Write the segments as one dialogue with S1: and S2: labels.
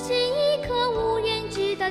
S1: 是一棵无人知道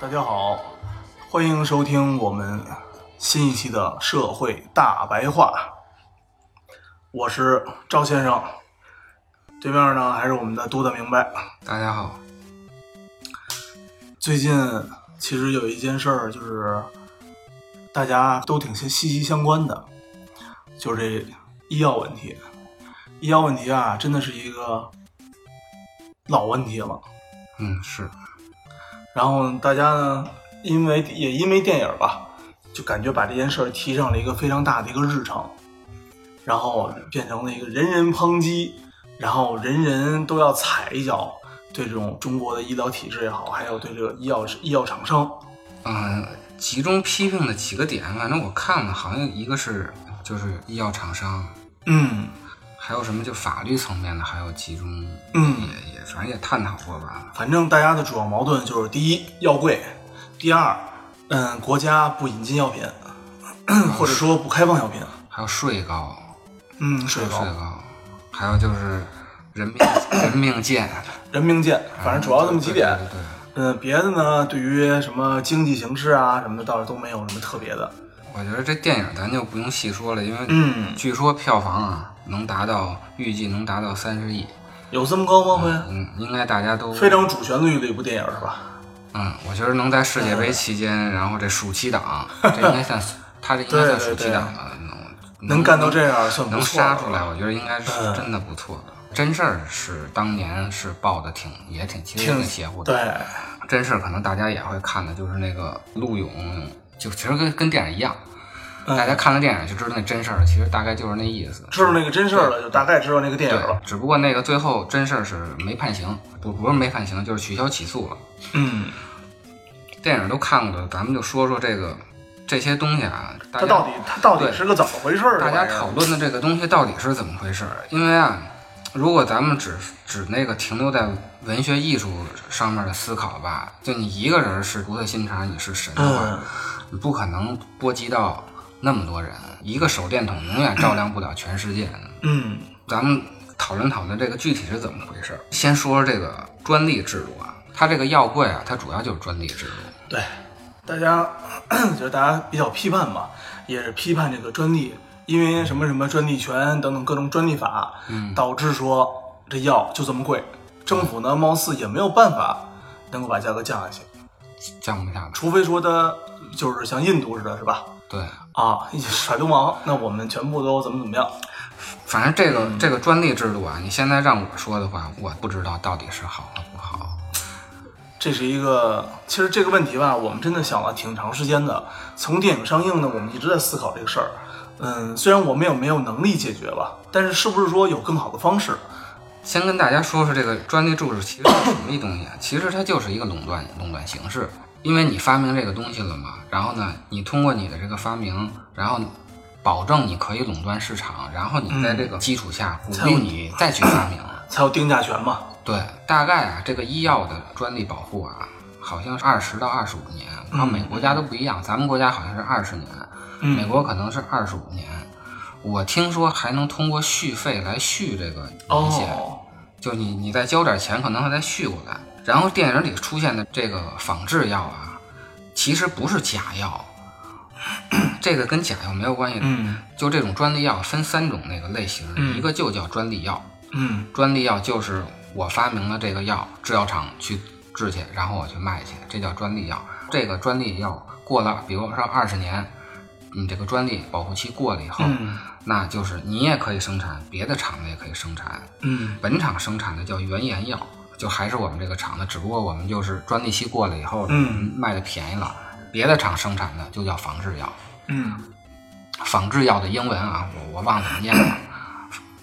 S2: 大家好，欢迎收听我们新一期的《社会大白话》，我是赵先生，对面呢还是我们的嘟的明白。
S3: 大家好，
S2: 最近其实有一件事儿，就是大家都挺息息相关的，就是这医药问题。医药问题啊，真的是一个老问题了。
S3: 嗯，是，
S2: 然后大家呢，因为也因为电影吧，就感觉把这件事儿提上了一个非常大的一个日程，然后变成了一个人人抨击，然后人人都要踩一脚，对这种中国的医疗体制也好，还有对这个医药医药厂商，
S3: 嗯，集中批评的几个点，反正我看了，好像一个是就是医药厂商，
S2: 嗯
S3: 还有什么就法律层面的，还有集中，
S2: 嗯，
S3: 也也反正也探讨过吧，
S2: 反正大家的主要矛盾就是：第一，药贵；第二，嗯，国家不引进药品， 或者说不开放药品，
S3: 还有税高，
S2: 嗯，税
S3: 税
S2: 高。
S3: 高，还有就是人 命人命贱，啊
S2: 人命贱，反正主要这么几点。
S3: 哎对对对
S2: 嗯，别的呢，对于什么经济形势啊什么的，倒是都没有什么特别的。
S3: 对我觉得这电影咱就不用细说了，因为
S2: 嗯，
S3: 据说票房啊能达到预计能达到三十亿，
S2: 有这么高吗？会、
S3: 嗯，应该大家都
S2: 非常主旋律的一部电影是吧？
S3: 嗯，我觉得能在世界杯期间，
S2: 嗯
S3: 然后这暑期档，这应该 算，他这应该算暑期档了，能
S2: 能干到这样算不
S3: 嗯能
S2: 错
S3: 杀
S2: 了。
S3: 出来，我觉得应该是
S2: 嗯
S3: 真的不错的。真事儿是当年是报的挺也挺，其实也
S2: 挺
S3: 挺邪乎的。
S2: 对，
S3: 真事儿可能大家也会看的，就是那个陆勇，就其实跟跟电影一样，
S2: 嗯
S3: 大家看了电影就知道那真事儿了，其实大概就是那意思。
S2: 知道那个真事儿了，就大概知道那个电影
S3: 对
S2: 了，。
S3: 只不过那个最后真事儿是没判刑，不不是没判刑，就是取消起诉了。
S2: 嗯，
S3: 电影都看过了，咱们就说说这个这些东西啊，
S2: 它
S3: 大家
S2: 到底它到底
S3: 对
S2: 是个怎么回事儿？
S3: 大家
S2: 这玩意儿
S3: 讨论的这个东西到底是怎么回事儿？因为啊，如果咱们只只那个停留在文学艺术上面的思考吧，就你一个人是独特心肠，你是神的话，
S2: 嗯，
S3: 你不可能波及到那么多人，一个手电筒永远照亮不了全世界的。
S2: 嗯
S3: 咱们讨论讨论这个具体是怎么回事儿。先说这个专利制度啊，它这个药柜啊，它主要就是专利制度。
S2: 对，大家 就是大家比较批判嘛，也是批判这个专利，因为什么什么专利权等等各种专利法，导致说这药就这么贵，政府呢貌似也没有办法能够把价格降下去，
S3: 降不下来，
S2: 除非说它就是像印度似的，是吧？
S3: 对，
S2: 啊，一耍流氓，那我们全部都怎么怎么样？
S3: 反正这个这个专利制度啊，你现在让我说的话，我不知道到底是好和不好。
S2: 这是一个，其实这个问题吧，我们真的想了挺长时间的。从电影上映呢，我们一直在思考这个事儿。嗯，虽然我们也没有能力解决吧，但是是不是说有更好的方式？
S3: 先跟大家说说这个专利制度其实是什么一东西啊？其实它就是一个垄断垄断形式，因为你发明这个东西了嘛，然后呢，你通过你的这个发明，然后保证你可以垄断市场，然后你在这个基础下鼓励你再去发明。啊
S2: 才有定价权嘛。
S3: 对，大概啊，这个医药的专利保护啊，好像是二十到二十五年，
S2: 嗯
S3: 我看每国家都不一样，咱们国家好像是二十年，美
S2: 嗯，
S3: 国可能是二十五年。我听说还能通过续费来续这个年限，
S2: 哦，
S3: 就你你再交点钱，可能还再续过来。然后电影里出现的这个仿制药啊，其实不是假药， 这个跟假药没有关系。
S2: 嗯
S3: 就这种专利药分三种那个类型，
S2: 嗯
S3: 一个就叫专利药，
S2: 嗯
S3: 专利药就是我发明了这个药，制药厂去制去，然后我去卖去，这叫专利药。这个专利药过了，比如说二十年，你这个专利保护期过了以后，
S2: 嗯
S3: 那就是你也可以生产，别的厂子也可以生产。
S2: 嗯
S3: 本厂生产的叫原研药，就还是我们这个厂子，只不过我们就是专利期过了以后，
S2: 嗯
S3: 卖的便宜了。别的厂生产的就叫仿制药。
S2: 嗯
S3: 仿制药的英文啊，我我忘了怎么念了，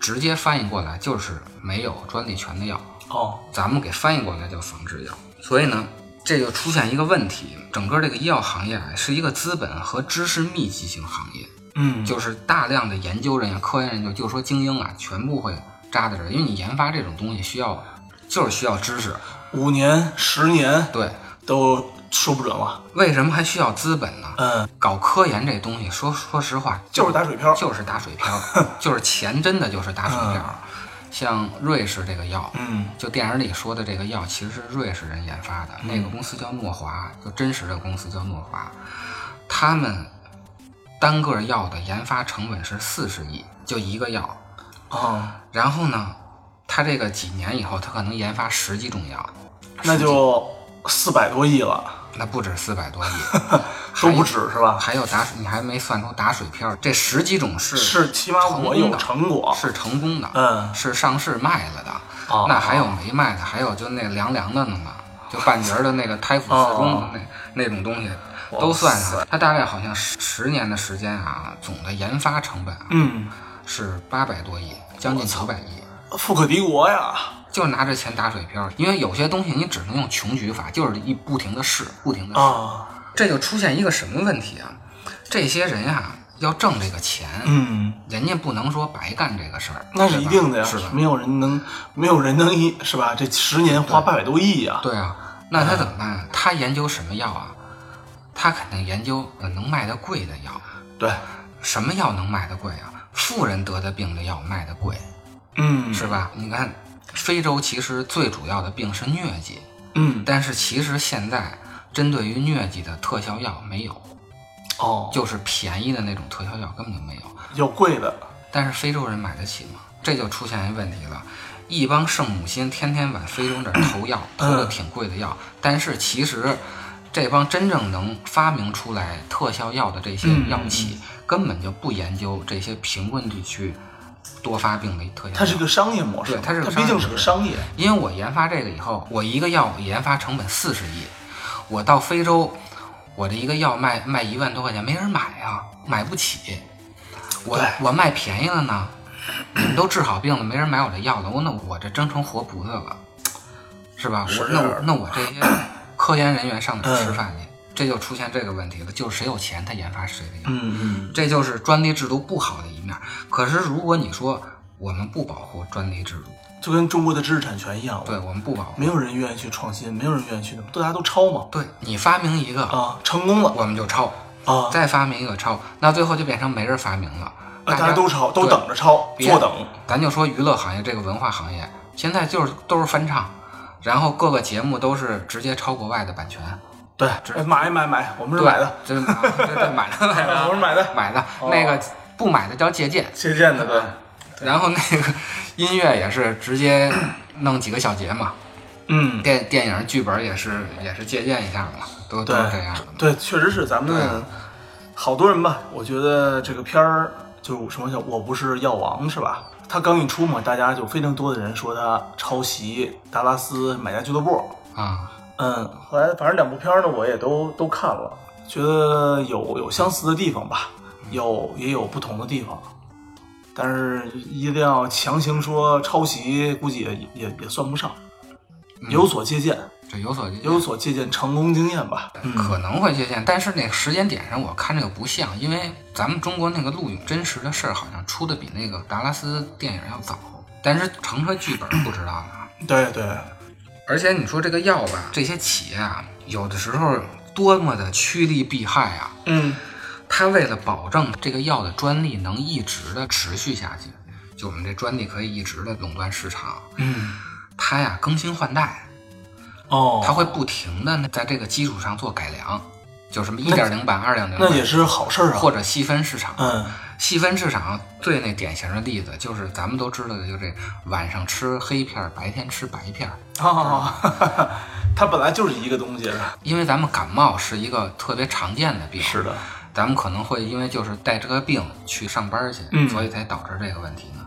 S3: 直接翻译过来就是没有专利权的药，
S2: 哦
S3: 咱们给翻译过来叫仿制药。所以呢，这就出现一个问题，整个这个医药行业啊，是一个资本和知识密集型行业，
S2: 嗯
S3: 就是大量的研究人员、科研人员，就说精英啊，全部会扎在这儿，因为你研发这种东西需要，啊就是需要知识。
S2: 五年十年
S3: 对，
S2: 都说不准了。
S3: 为什么还需要资本呢？
S2: 嗯，
S3: 搞科研这东西，说说实话，
S2: 就是打水漂。
S3: 就是打水 漂，就是钱真的就是打水漂。像瑞士这个药，
S2: 嗯
S3: 就电影里说的这个药，其实是瑞士人研发的，那
S2: 嗯
S3: 个公司叫诺华，就真实的公司叫诺华。他们单个药的研发成本是四十亿，就一个药。
S2: 哦，
S3: 然后呢，他这个几年以后，他可能研发十几种药，
S2: 那就四百多亿了，
S3: 那不止四 百多亿，
S2: 都不止是吧？
S3: 还有打水，你还没算出打水漂，这十几种是
S2: 是，起码我有
S3: 成
S2: 成果。
S3: 是成功的，
S2: 嗯，
S3: 是上市卖了的。
S2: 哦
S3: 那还有没卖的，还有就那凉凉的呢嘛，就半截儿的那个胎腹四中
S2: 哦
S3: 的那那种东西，
S2: 哇
S3: 都算
S2: 塞
S3: 上。它大概好像十十年的时间啊，总的研发成本啊
S2: 嗯，
S3: 是八百多亿，将近九百亿。
S2: 富可敌国呀。
S3: 就拿这钱打水漂，因为有些东西你只能用穷举法，就是一不停的试，不停的试，
S2: 啊，
S3: 这就出现一个什么问题啊？这些人啊要挣这个钱，
S2: 嗯，
S3: 人家不能说白干这个事儿，
S2: 那是一
S3: 吧
S2: 定的呀
S3: 是吧，？
S2: 没有人能，没有人能一是吧？这十年花八百多亿呀。
S3: 对啊，那他怎么办啊？他研究什么药啊？他肯定研究呃能卖得贵的药。
S2: 对，
S3: 什么药能卖得贵啊？富人得的病的药卖得贵，
S2: 嗯，
S3: 是吧？你看，非洲其实最主要的病是疟疾，
S2: 嗯，
S3: 但是其实现在针对于疟疾的特效药没有，
S2: 哦，
S3: 就是便宜的那种特效药根本就没有。
S2: 有贵的，
S3: 但是非洲人买得起吗？这就出现一问题了。一帮圣母心天天往非洲那儿投药，
S2: 嗯
S3: 投的挺贵的药，但是其实这帮真正能发明出来特效药的这些
S2: 嗯
S3: 药企，根本就不研究这些贫困地区多发病的特效药。
S2: 它是个商业模式，
S3: 对它是个
S2: 毕竟是个商
S3: 商
S2: 业。
S3: 因为我研发这个以后，我一个药我研发成本四十亿，我到非洲，我这一个药卖卖一万多块钱，没人买啊，买不起。我
S2: 对
S3: 我卖便宜了呢，你们都治好病了，没人买我这药了，我那我这真成活菩萨了，是吧？
S2: 是嗯
S3: 我那我那我这些科研人员上哪儿吃饭去？这就出现这个问题了，就是谁有钱他研发谁的药。
S2: 嗯嗯，
S3: 这就是专利制度不好的一面。可是如果你说我们不保护专利制度，
S2: 就跟中国的知识产权一样，
S3: 对我们不保护
S2: 没，有人愿意去创新，没有人愿意去，大家都抄嘛。
S3: 对你发明一个，
S2: 啊，成功了
S3: 我们就抄，
S2: 啊，
S3: 再发明一个抄，那最后就变成没人发明了，
S2: 大家都抄，都等。着抄，
S3: 别
S2: 坐等。
S3: 对咱就说娱乐行业这个文化行业，现在就是都是翻唱，然后各个节目都是直接抄国外的版权。
S2: 对，哎买买买，我们是
S3: 对
S2: 买的，，
S3: 这是买的，对对买的买的，
S2: 我是买的
S3: 买的
S2: 哦
S3: 那个不买的叫借鉴。
S2: 借鉴的，对。
S3: 然后那个音乐也是直接弄几个小节嘛，
S2: 嗯，
S3: 电电影剧本也是也是借鉴一下嘛，都都
S2: 对
S3: 是这样的嘛。
S2: 对，确实是咱们好多人吧，我觉得这个片儿就什么叫我不是药王是吧？他刚一出嘛，大家就非常多的人说他抄袭达拉斯买家俱乐部，
S3: 啊、
S2: 嗯，后来反正两部片儿呢，我也都都看了，觉得有有相似的地方吧，有也有不同的地方，但是一定要强行说抄袭，估计也也也算不上，
S3: 嗯
S2: 有所借鉴，
S3: 这有所借鉴
S2: 有所借鉴成功经验吧。嗯
S3: 可能会借鉴，但是那个时间点上，我看这个不像，因为咱们中国那个陆勇真实的事儿好像出的比那个达拉斯电影要早，但是成他剧本不知道啊了。
S2: 对对，
S3: 而且你说这个药吧，这些企业啊，有的时候多么的趋利避害啊，
S2: 嗯，
S3: 他为了保证这个药的专利能一直的持续下去，就我们这专利可以一直的垄断市场，
S2: 嗯，
S3: 它呀更新换代，
S2: 哦，
S3: 它会不停的在这个基础上做改良，就什么一点零版、二点零版，
S2: 那也是好事儿啊。
S3: 或者细分市场。
S2: 嗯，
S3: 细分市场最那典型的例子就是咱们都知道的，就这晚上吃黑片儿，白天吃白片儿。
S2: 好好好，它本来就是一个东西。啊
S3: 因为咱们感冒是一个特别常见的病，
S2: 是的，
S3: 咱们可能会因为就是带这个病去上班去，
S2: 嗯
S3: 所以才导致这个问题呢。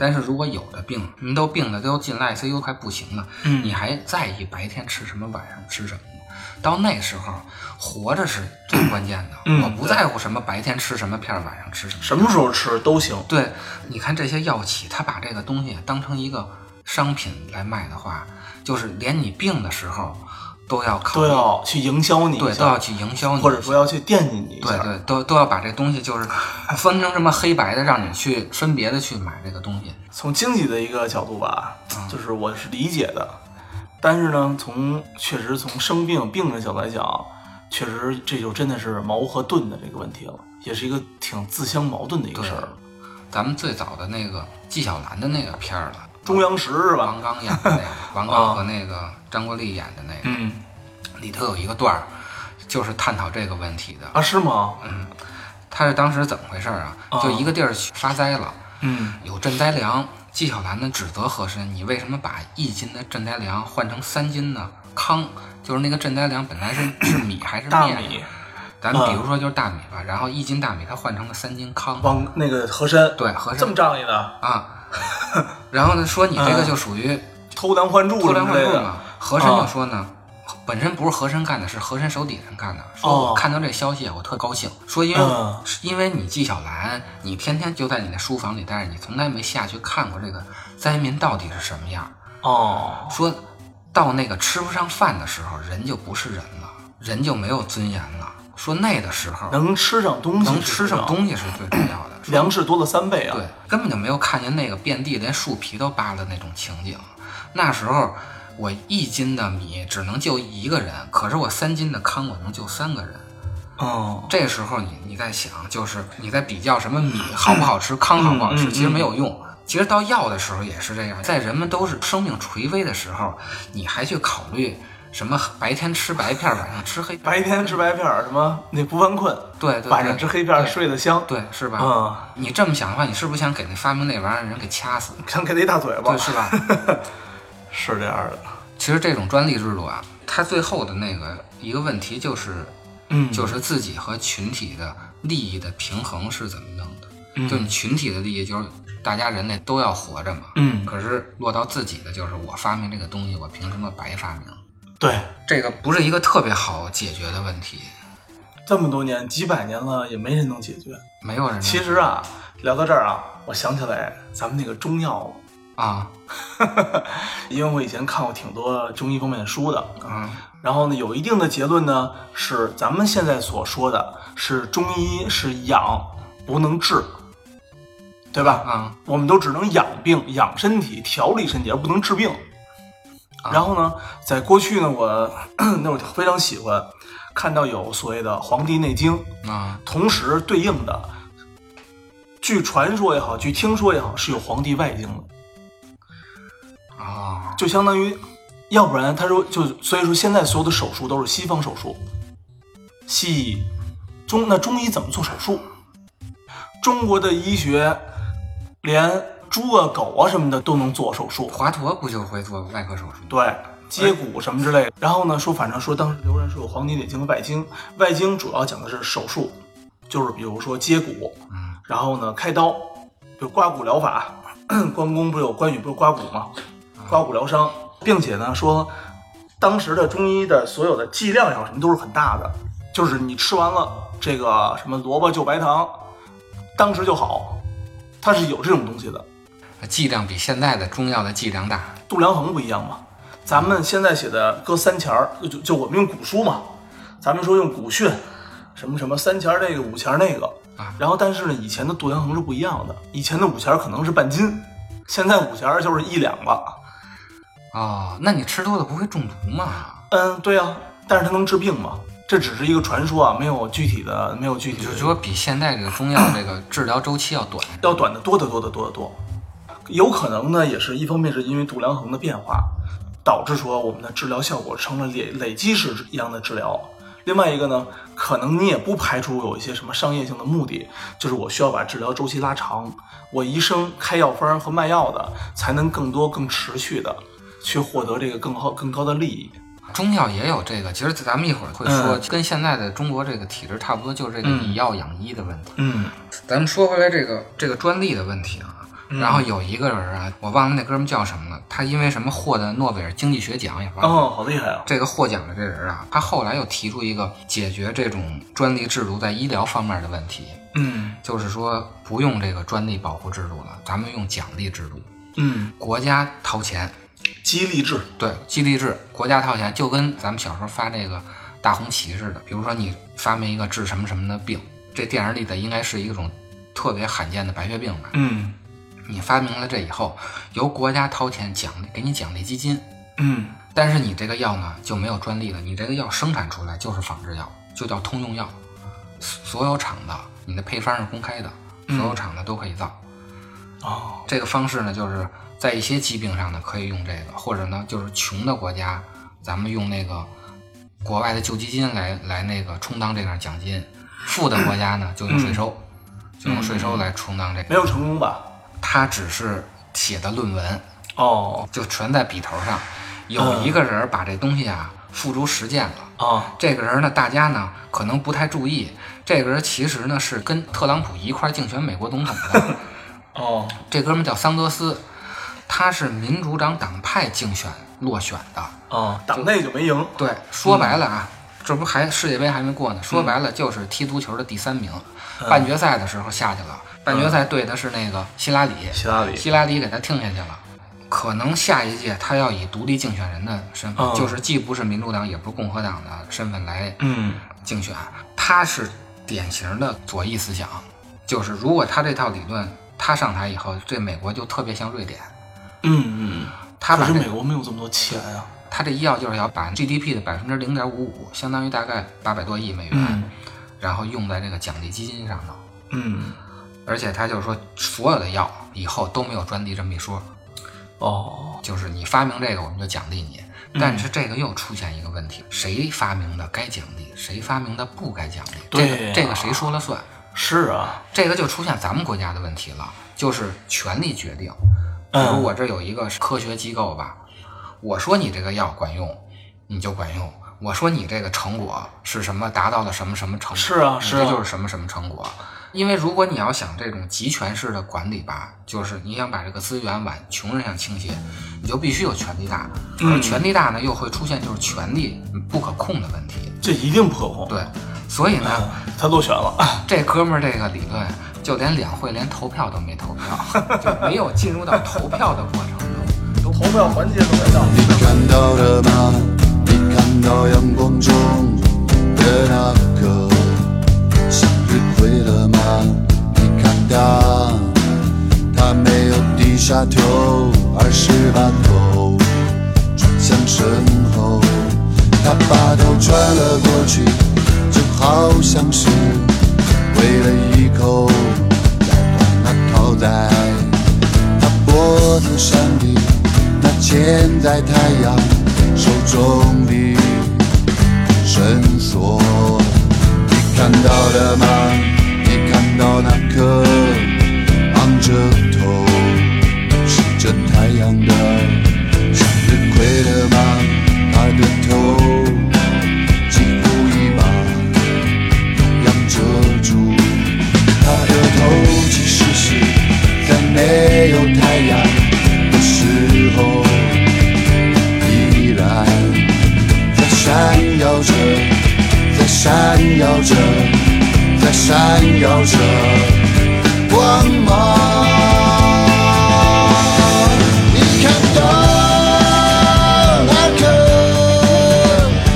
S3: 但是如果有的病，您都病的都进了 ICU 快不行了，
S2: 嗯
S3: 你还在意白天吃什么，晚上吃什么吗？到那时候，活着是最关键的。
S2: 嗯
S3: 我不在乎什么白天吃什么片儿，晚上吃什么。
S2: 什么时候吃都行。
S3: 对，你看这些药企，他把这个东西当成一个商品来卖的话，就是连你病的时候都要考
S2: 都
S3: 虑，
S2: 要去营销你一
S3: 对，都要
S2: 下，
S3: 去营销你，
S2: 或者说要去惦记你一
S3: 对
S2: 下。
S3: 对，都都要把这东西就是分成什么黑白的，让你去分别的去买这个东西。
S2: 从经济的一个角度吧，就是我是理解的，但是呢，从确实从生病病的角度来讲，确实这就真的是矛和盾的这个问题了，也是一个挺自相矛盾的一个事儿。
S3: 咱们最早的那个纪晓岚的那个片儿了，
S2: 中央十是吧？
S3: 王刚演的那个，王刚和那个张国立演的那个，
S2: 嗯
S3: 里头有一个段儿，就是探讨这个问题的。
S2: 啊，是吗？
S3: 他是当时怎么回事儿啊？就一个地儿发灾了，
S2: 嗯
S3: 有赈灾粮。纪晓岚呢指责和珅，你为什么把一斤的赈灾粮换成三斤呢？糠就是那个赈灾粮本来是是米还是
S2: 大
S3: 面？
S2: 米，嗯
S3: 咱们比如说就是大米吧，然后一斤大米它换成了三斤糠。
S2: 往那个和珅，
S3: 对，和
S2: 这么嗯
S3: 珅
S2: 仗义的，
S3: 啊。 然后呢，说你这个就属于
S2: 偷梁换柱
S3: 偷
S2: 什
S3: 梁
S2: 么
S3: 换
S2: 之类
S3: 柱
S2: 的
S3: 嘛。。和珅
S2: 啊
S3: 就说呢，本身不是和珅干的，是和珅手底下人干的。说
S2: 哦
S3: 我看到这消息，啊我特高兴。说因为、
S2: 嗯
S3: 是因为你纪晓岚，你天天就在你的书房里待着，你从来没下去看过这个灾民到底是什么样。
S2: 哦，
S3: 说到那个吃不上饭的时候，人就不是人了，人就没有尊严了。说那的时候，
S2: 能吃上东西，
S3: 能吃上，东西是最重要的。说
S2: 粮食多了三倍啊。
S3: 对，根本就没有看见那个遍地连树皮都扒了那种情景。那时候我一斤的米只能救一个人，可是我三斤的糠我能救三个人。
S2: 哦，
S3: 这时候你你在想，就是你在比较什么米好不好吃，糠好不好吃，
S2: 嗯嗯
S3: 其实没有用。其实到药的时候也是这样，在人们都是生命垂危的时候，你还去考虑什么白天吃白片儿，晚上吃黑片儿？
S2: 白天吃白片儿，什么那不犯困，
S3: 对对对，
S2: 晚上吃黑片儿
S3: 对
S2: 睡得香。
S3: 对是吧？
S2: 嗯，
S3: 你这么想的话，你是不是想给那发明那玩意儿的人给掐死？
S2: 想给他一大嘴巴
S3: 对，，是吧？
S2: 是这样的。
S3: 其实这种专利制度啊，它最后的那个一个问题就是，
S2: 嗯
S3: 就是自己和群体的利益的平衡是怎么弄的？
S2: 嗯
S3: 就你群体的利益就是大家人类都要活着嘛，
S2: 嗯
S3: 可是落到自己的就是我发明这个东西，我凭什么白发明？
S2: 对，
S3: 这个不是一个特别好解决的问题，
S2: 这么多年几百年了，也没人能解决。
S3: 没有人
S2: 其实啊，聊到这儿啊，我想起来咱们那个中药 了，
S3: 啊，
S2: 因为我以前看过挺多中医方面的书的。
S3: 嗯
S2: 然后呢，有一定的结论呢，是咱们现在所说的是中医是养，不能治，对吧？
S3: 啊，
S2: 我们都只能养病、养身体、调理身体，而不能治病。
S3: 啊
S2: 然后呢，在过去呢，我 那我就非常喜欢看到有所谓的《黄帝内经》，
S3: 啊
S2: 同时对应的，据传说也好，据听说也好，是有《黄帝外经》的，
S3: 啊
S2: 就相当于，要不然他说就所以说现在所有的手术都是西方手术，西医，中那中医怎么做手术？中国的医学连猪啊、狗啊什么的都能做手术，
S3: 华佗不就会做外科手术？
S2: 对，接骨什么之类的。然后呢，说反正说当时刘仁是有黄帝内经和外经，外经主要讲的是手术，就是比如说接骨，
S3: 嗯
S2: 然后呢开刀，就刮骨疗法。 关公不是有关羽不是刮骨吗？刮骨疗伤，并且呢说，当时的中医的所有的剂量也好什么都是很大的，就是你吃完了这个什么萝卜就白糖，当时就好，它是有这种东西的。
S3: 剂量比现在的中药的剂量大，
S2: 度量衡不一样嘛。咱们现在写的搁三钱儿，就就我们用古书嘛，咱们说用古训，什么什么三钱儿这个五钱儿那个
S3: 啊，
S2: 然后但是呢，以前的度量衡是不一样的，以前的五钱儿可能是半斤，现在五钱儿就是一两了。
S3: 哦，那你吃多了不会中毒吗？
S2: 嗯，对啊，但是它能治病吗？这只是一个传说啊，没有具体的，没有具体
S3: 就是
S2: 的，
S3: 说比现在这个中药 这个治疗周期要短。
S2: 要短的多得多得多得多。有可能呢，也是一方面是因为度量衡的变化，导致说我们的治疗效果成了累累积式一样的治疗。另外一个呢，可能你也不排除有一些什么商业性的目的，就是我需要把治疗周期拉长，我医生开药方和卖药的才能更多更持续的去获得这个更好更高的利益。
S3: 中药也有这个，其实咱们一会儿会说，
S2: 嗯
S3: 跟现在的中国这个体制差不多，就是这个
S2: 嗯
S3: 以药养医的问题。
S2: 嗯
S3: 咱们说回来这个这个专利的问题啊，
S2: 嗯
S3: 然后有一个人啊，我忘了那哥们叫什么了，他因为什么获得诺贝尔经济学奖也忘了。
S2: 哦，好厉害啊！
S3: 这个获奖的这人啊，他后来又提出一个解决这种专利制度在医疗方面的问题，
S2: 嗯
S3: 就是说不用这个专利保护制度了，咱们用奖励制度，
S2: 嗯，
S3: 国家掏钱，
S2: 激励制，
S3: 对，激励制，国家掏钱，就跟咱们小时候发这个大红旗似的。比如说你发明一个治什么什么的病，这电影里的应该是一种特别罕见的白血病吧？
S2: 嗯
S3: 你发明了这以后，由国家掏钱奖励，给你奖励基金，
S2: 嗯
S3: 但是你这个药呢就没有专利了，你这个药生产出来就是仿制药，就叫通用药，所所有厂的你的配方是公开的，所有厂的都可以造。
S2: 哦，
S3: 这个方式呢，就是在一些疾病上呢可以用这个，或者呢就是穷的国家，咱们用那个国外的救济金来来那个充当这样奖金；富的国家呢就用税收，就用税收来充当这个。
S2: 没有成功吧？
S3: 他只是写的论文，
S2: 哦
S3: 就全在笔头上。有一个人把这东西啊付诸实践了。
S2: 啊，
S3: 这个人呢，大家呢可能不太注意，这个人其实呢是跟特朗普一块儿竞选美国总统的。
S2: 哦
S3: 这哥们叫桑德斯，他是民主党党派竞选落选的。
S2: 哦，党内就没赢。
S3: 对，说白了啊，这不还世界杯还没过呢，说白了就是踢足球的第三名，
S2: 嗯
S3: 半决赛的时候下去了，半决赛对的是那个希拉里，
S2: 希拉里
S3: 希拉里给他听下去了。可能下一届他要以独立竞选人的身份，
S2: 嗯
S3: 就是既不是民主党也不是共和党的身份来
S2: 嗯
S3: 竞选，他是典型的左翼思想，就是如果他这套理论他上台以后，这美国就特别像瑞典，
S2: 嗯嗯，
S3: 他
S2: 可
S3: 把
S2: 是美
S3: 这
S2: 国没有这么多钱啊。
S3: 他这医药就是要把 GDP 的百分之零点五五，相当于大概八百多亿美元，
S2: 嗯
S3: 然后用在这个奖励基金上头，
S2: 嗯，
S3: 而且他就是说所有的药以后都没有专利这么一说，
S2: 哦，
S3: 就是你发明这个我们就奖励你。
S2: 嗯
S3: 但是这个又出现一个问题，谁发明的该奖励，谁发明的不该奖励，这
S2: 对啊
S3: 个
S2: 呀
S3: 这个谁说了算？
S2: 是啊，
S3: 这个就出现咱们国家的问题了，就是权力决定。比如
S2: 嗯
S3: 我这有一个科学机构吧，我说你这个药管用，你就管用；我说你这个成果是什么，达到了什么什么成果，
S2: 是啊
S3: 你
S2: 是啊
S3: 这就是什么什么成果。因为如果你要想这种集权式的管理吧，就是你想把这个资源往穷人上倾斜，你就必须有权力大，而
S2: 嗯
S3: 权力大呢又会出现就是权力不可控的问题。
S2: 这一定不可控。
S3: 对，所以呢，
S2: 嗯，他落选了。
S3: 这哥们儿这个理论，就连两会连投票都没投票， 就没有进入到投票的过程中。
S2: 投票环节都没到。
S4: 你看到了吗？你看到阳光中的那个向日葵了吗？你看它，它没有低下头，而是把头转向身后。它把头转了过去，就好像是为了一口咬断那套带。他脖子上的那嵌在太阳手中的绳索，你看到了吗？你看到那颗昂着头吸着太阳的向日葵了吗？它的头几乎已把阳遮住。他的头其实是在没有太阳的时候，依然在闪耀着，在闪耀着，在闪耀着光芒。你看到那颗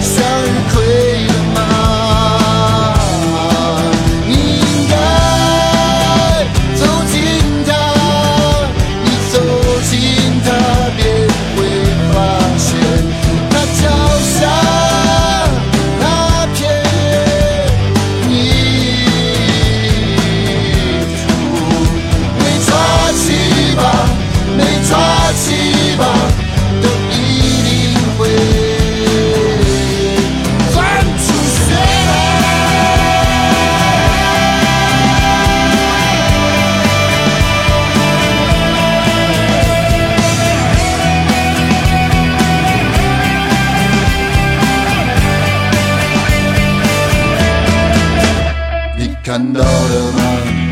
S4: 向日葵了吗？你应该走近它，你走近它便会发现，它脚下那片泥土。没抓起吧，没抓起吧，都一定会钻出血来。你看到了吗？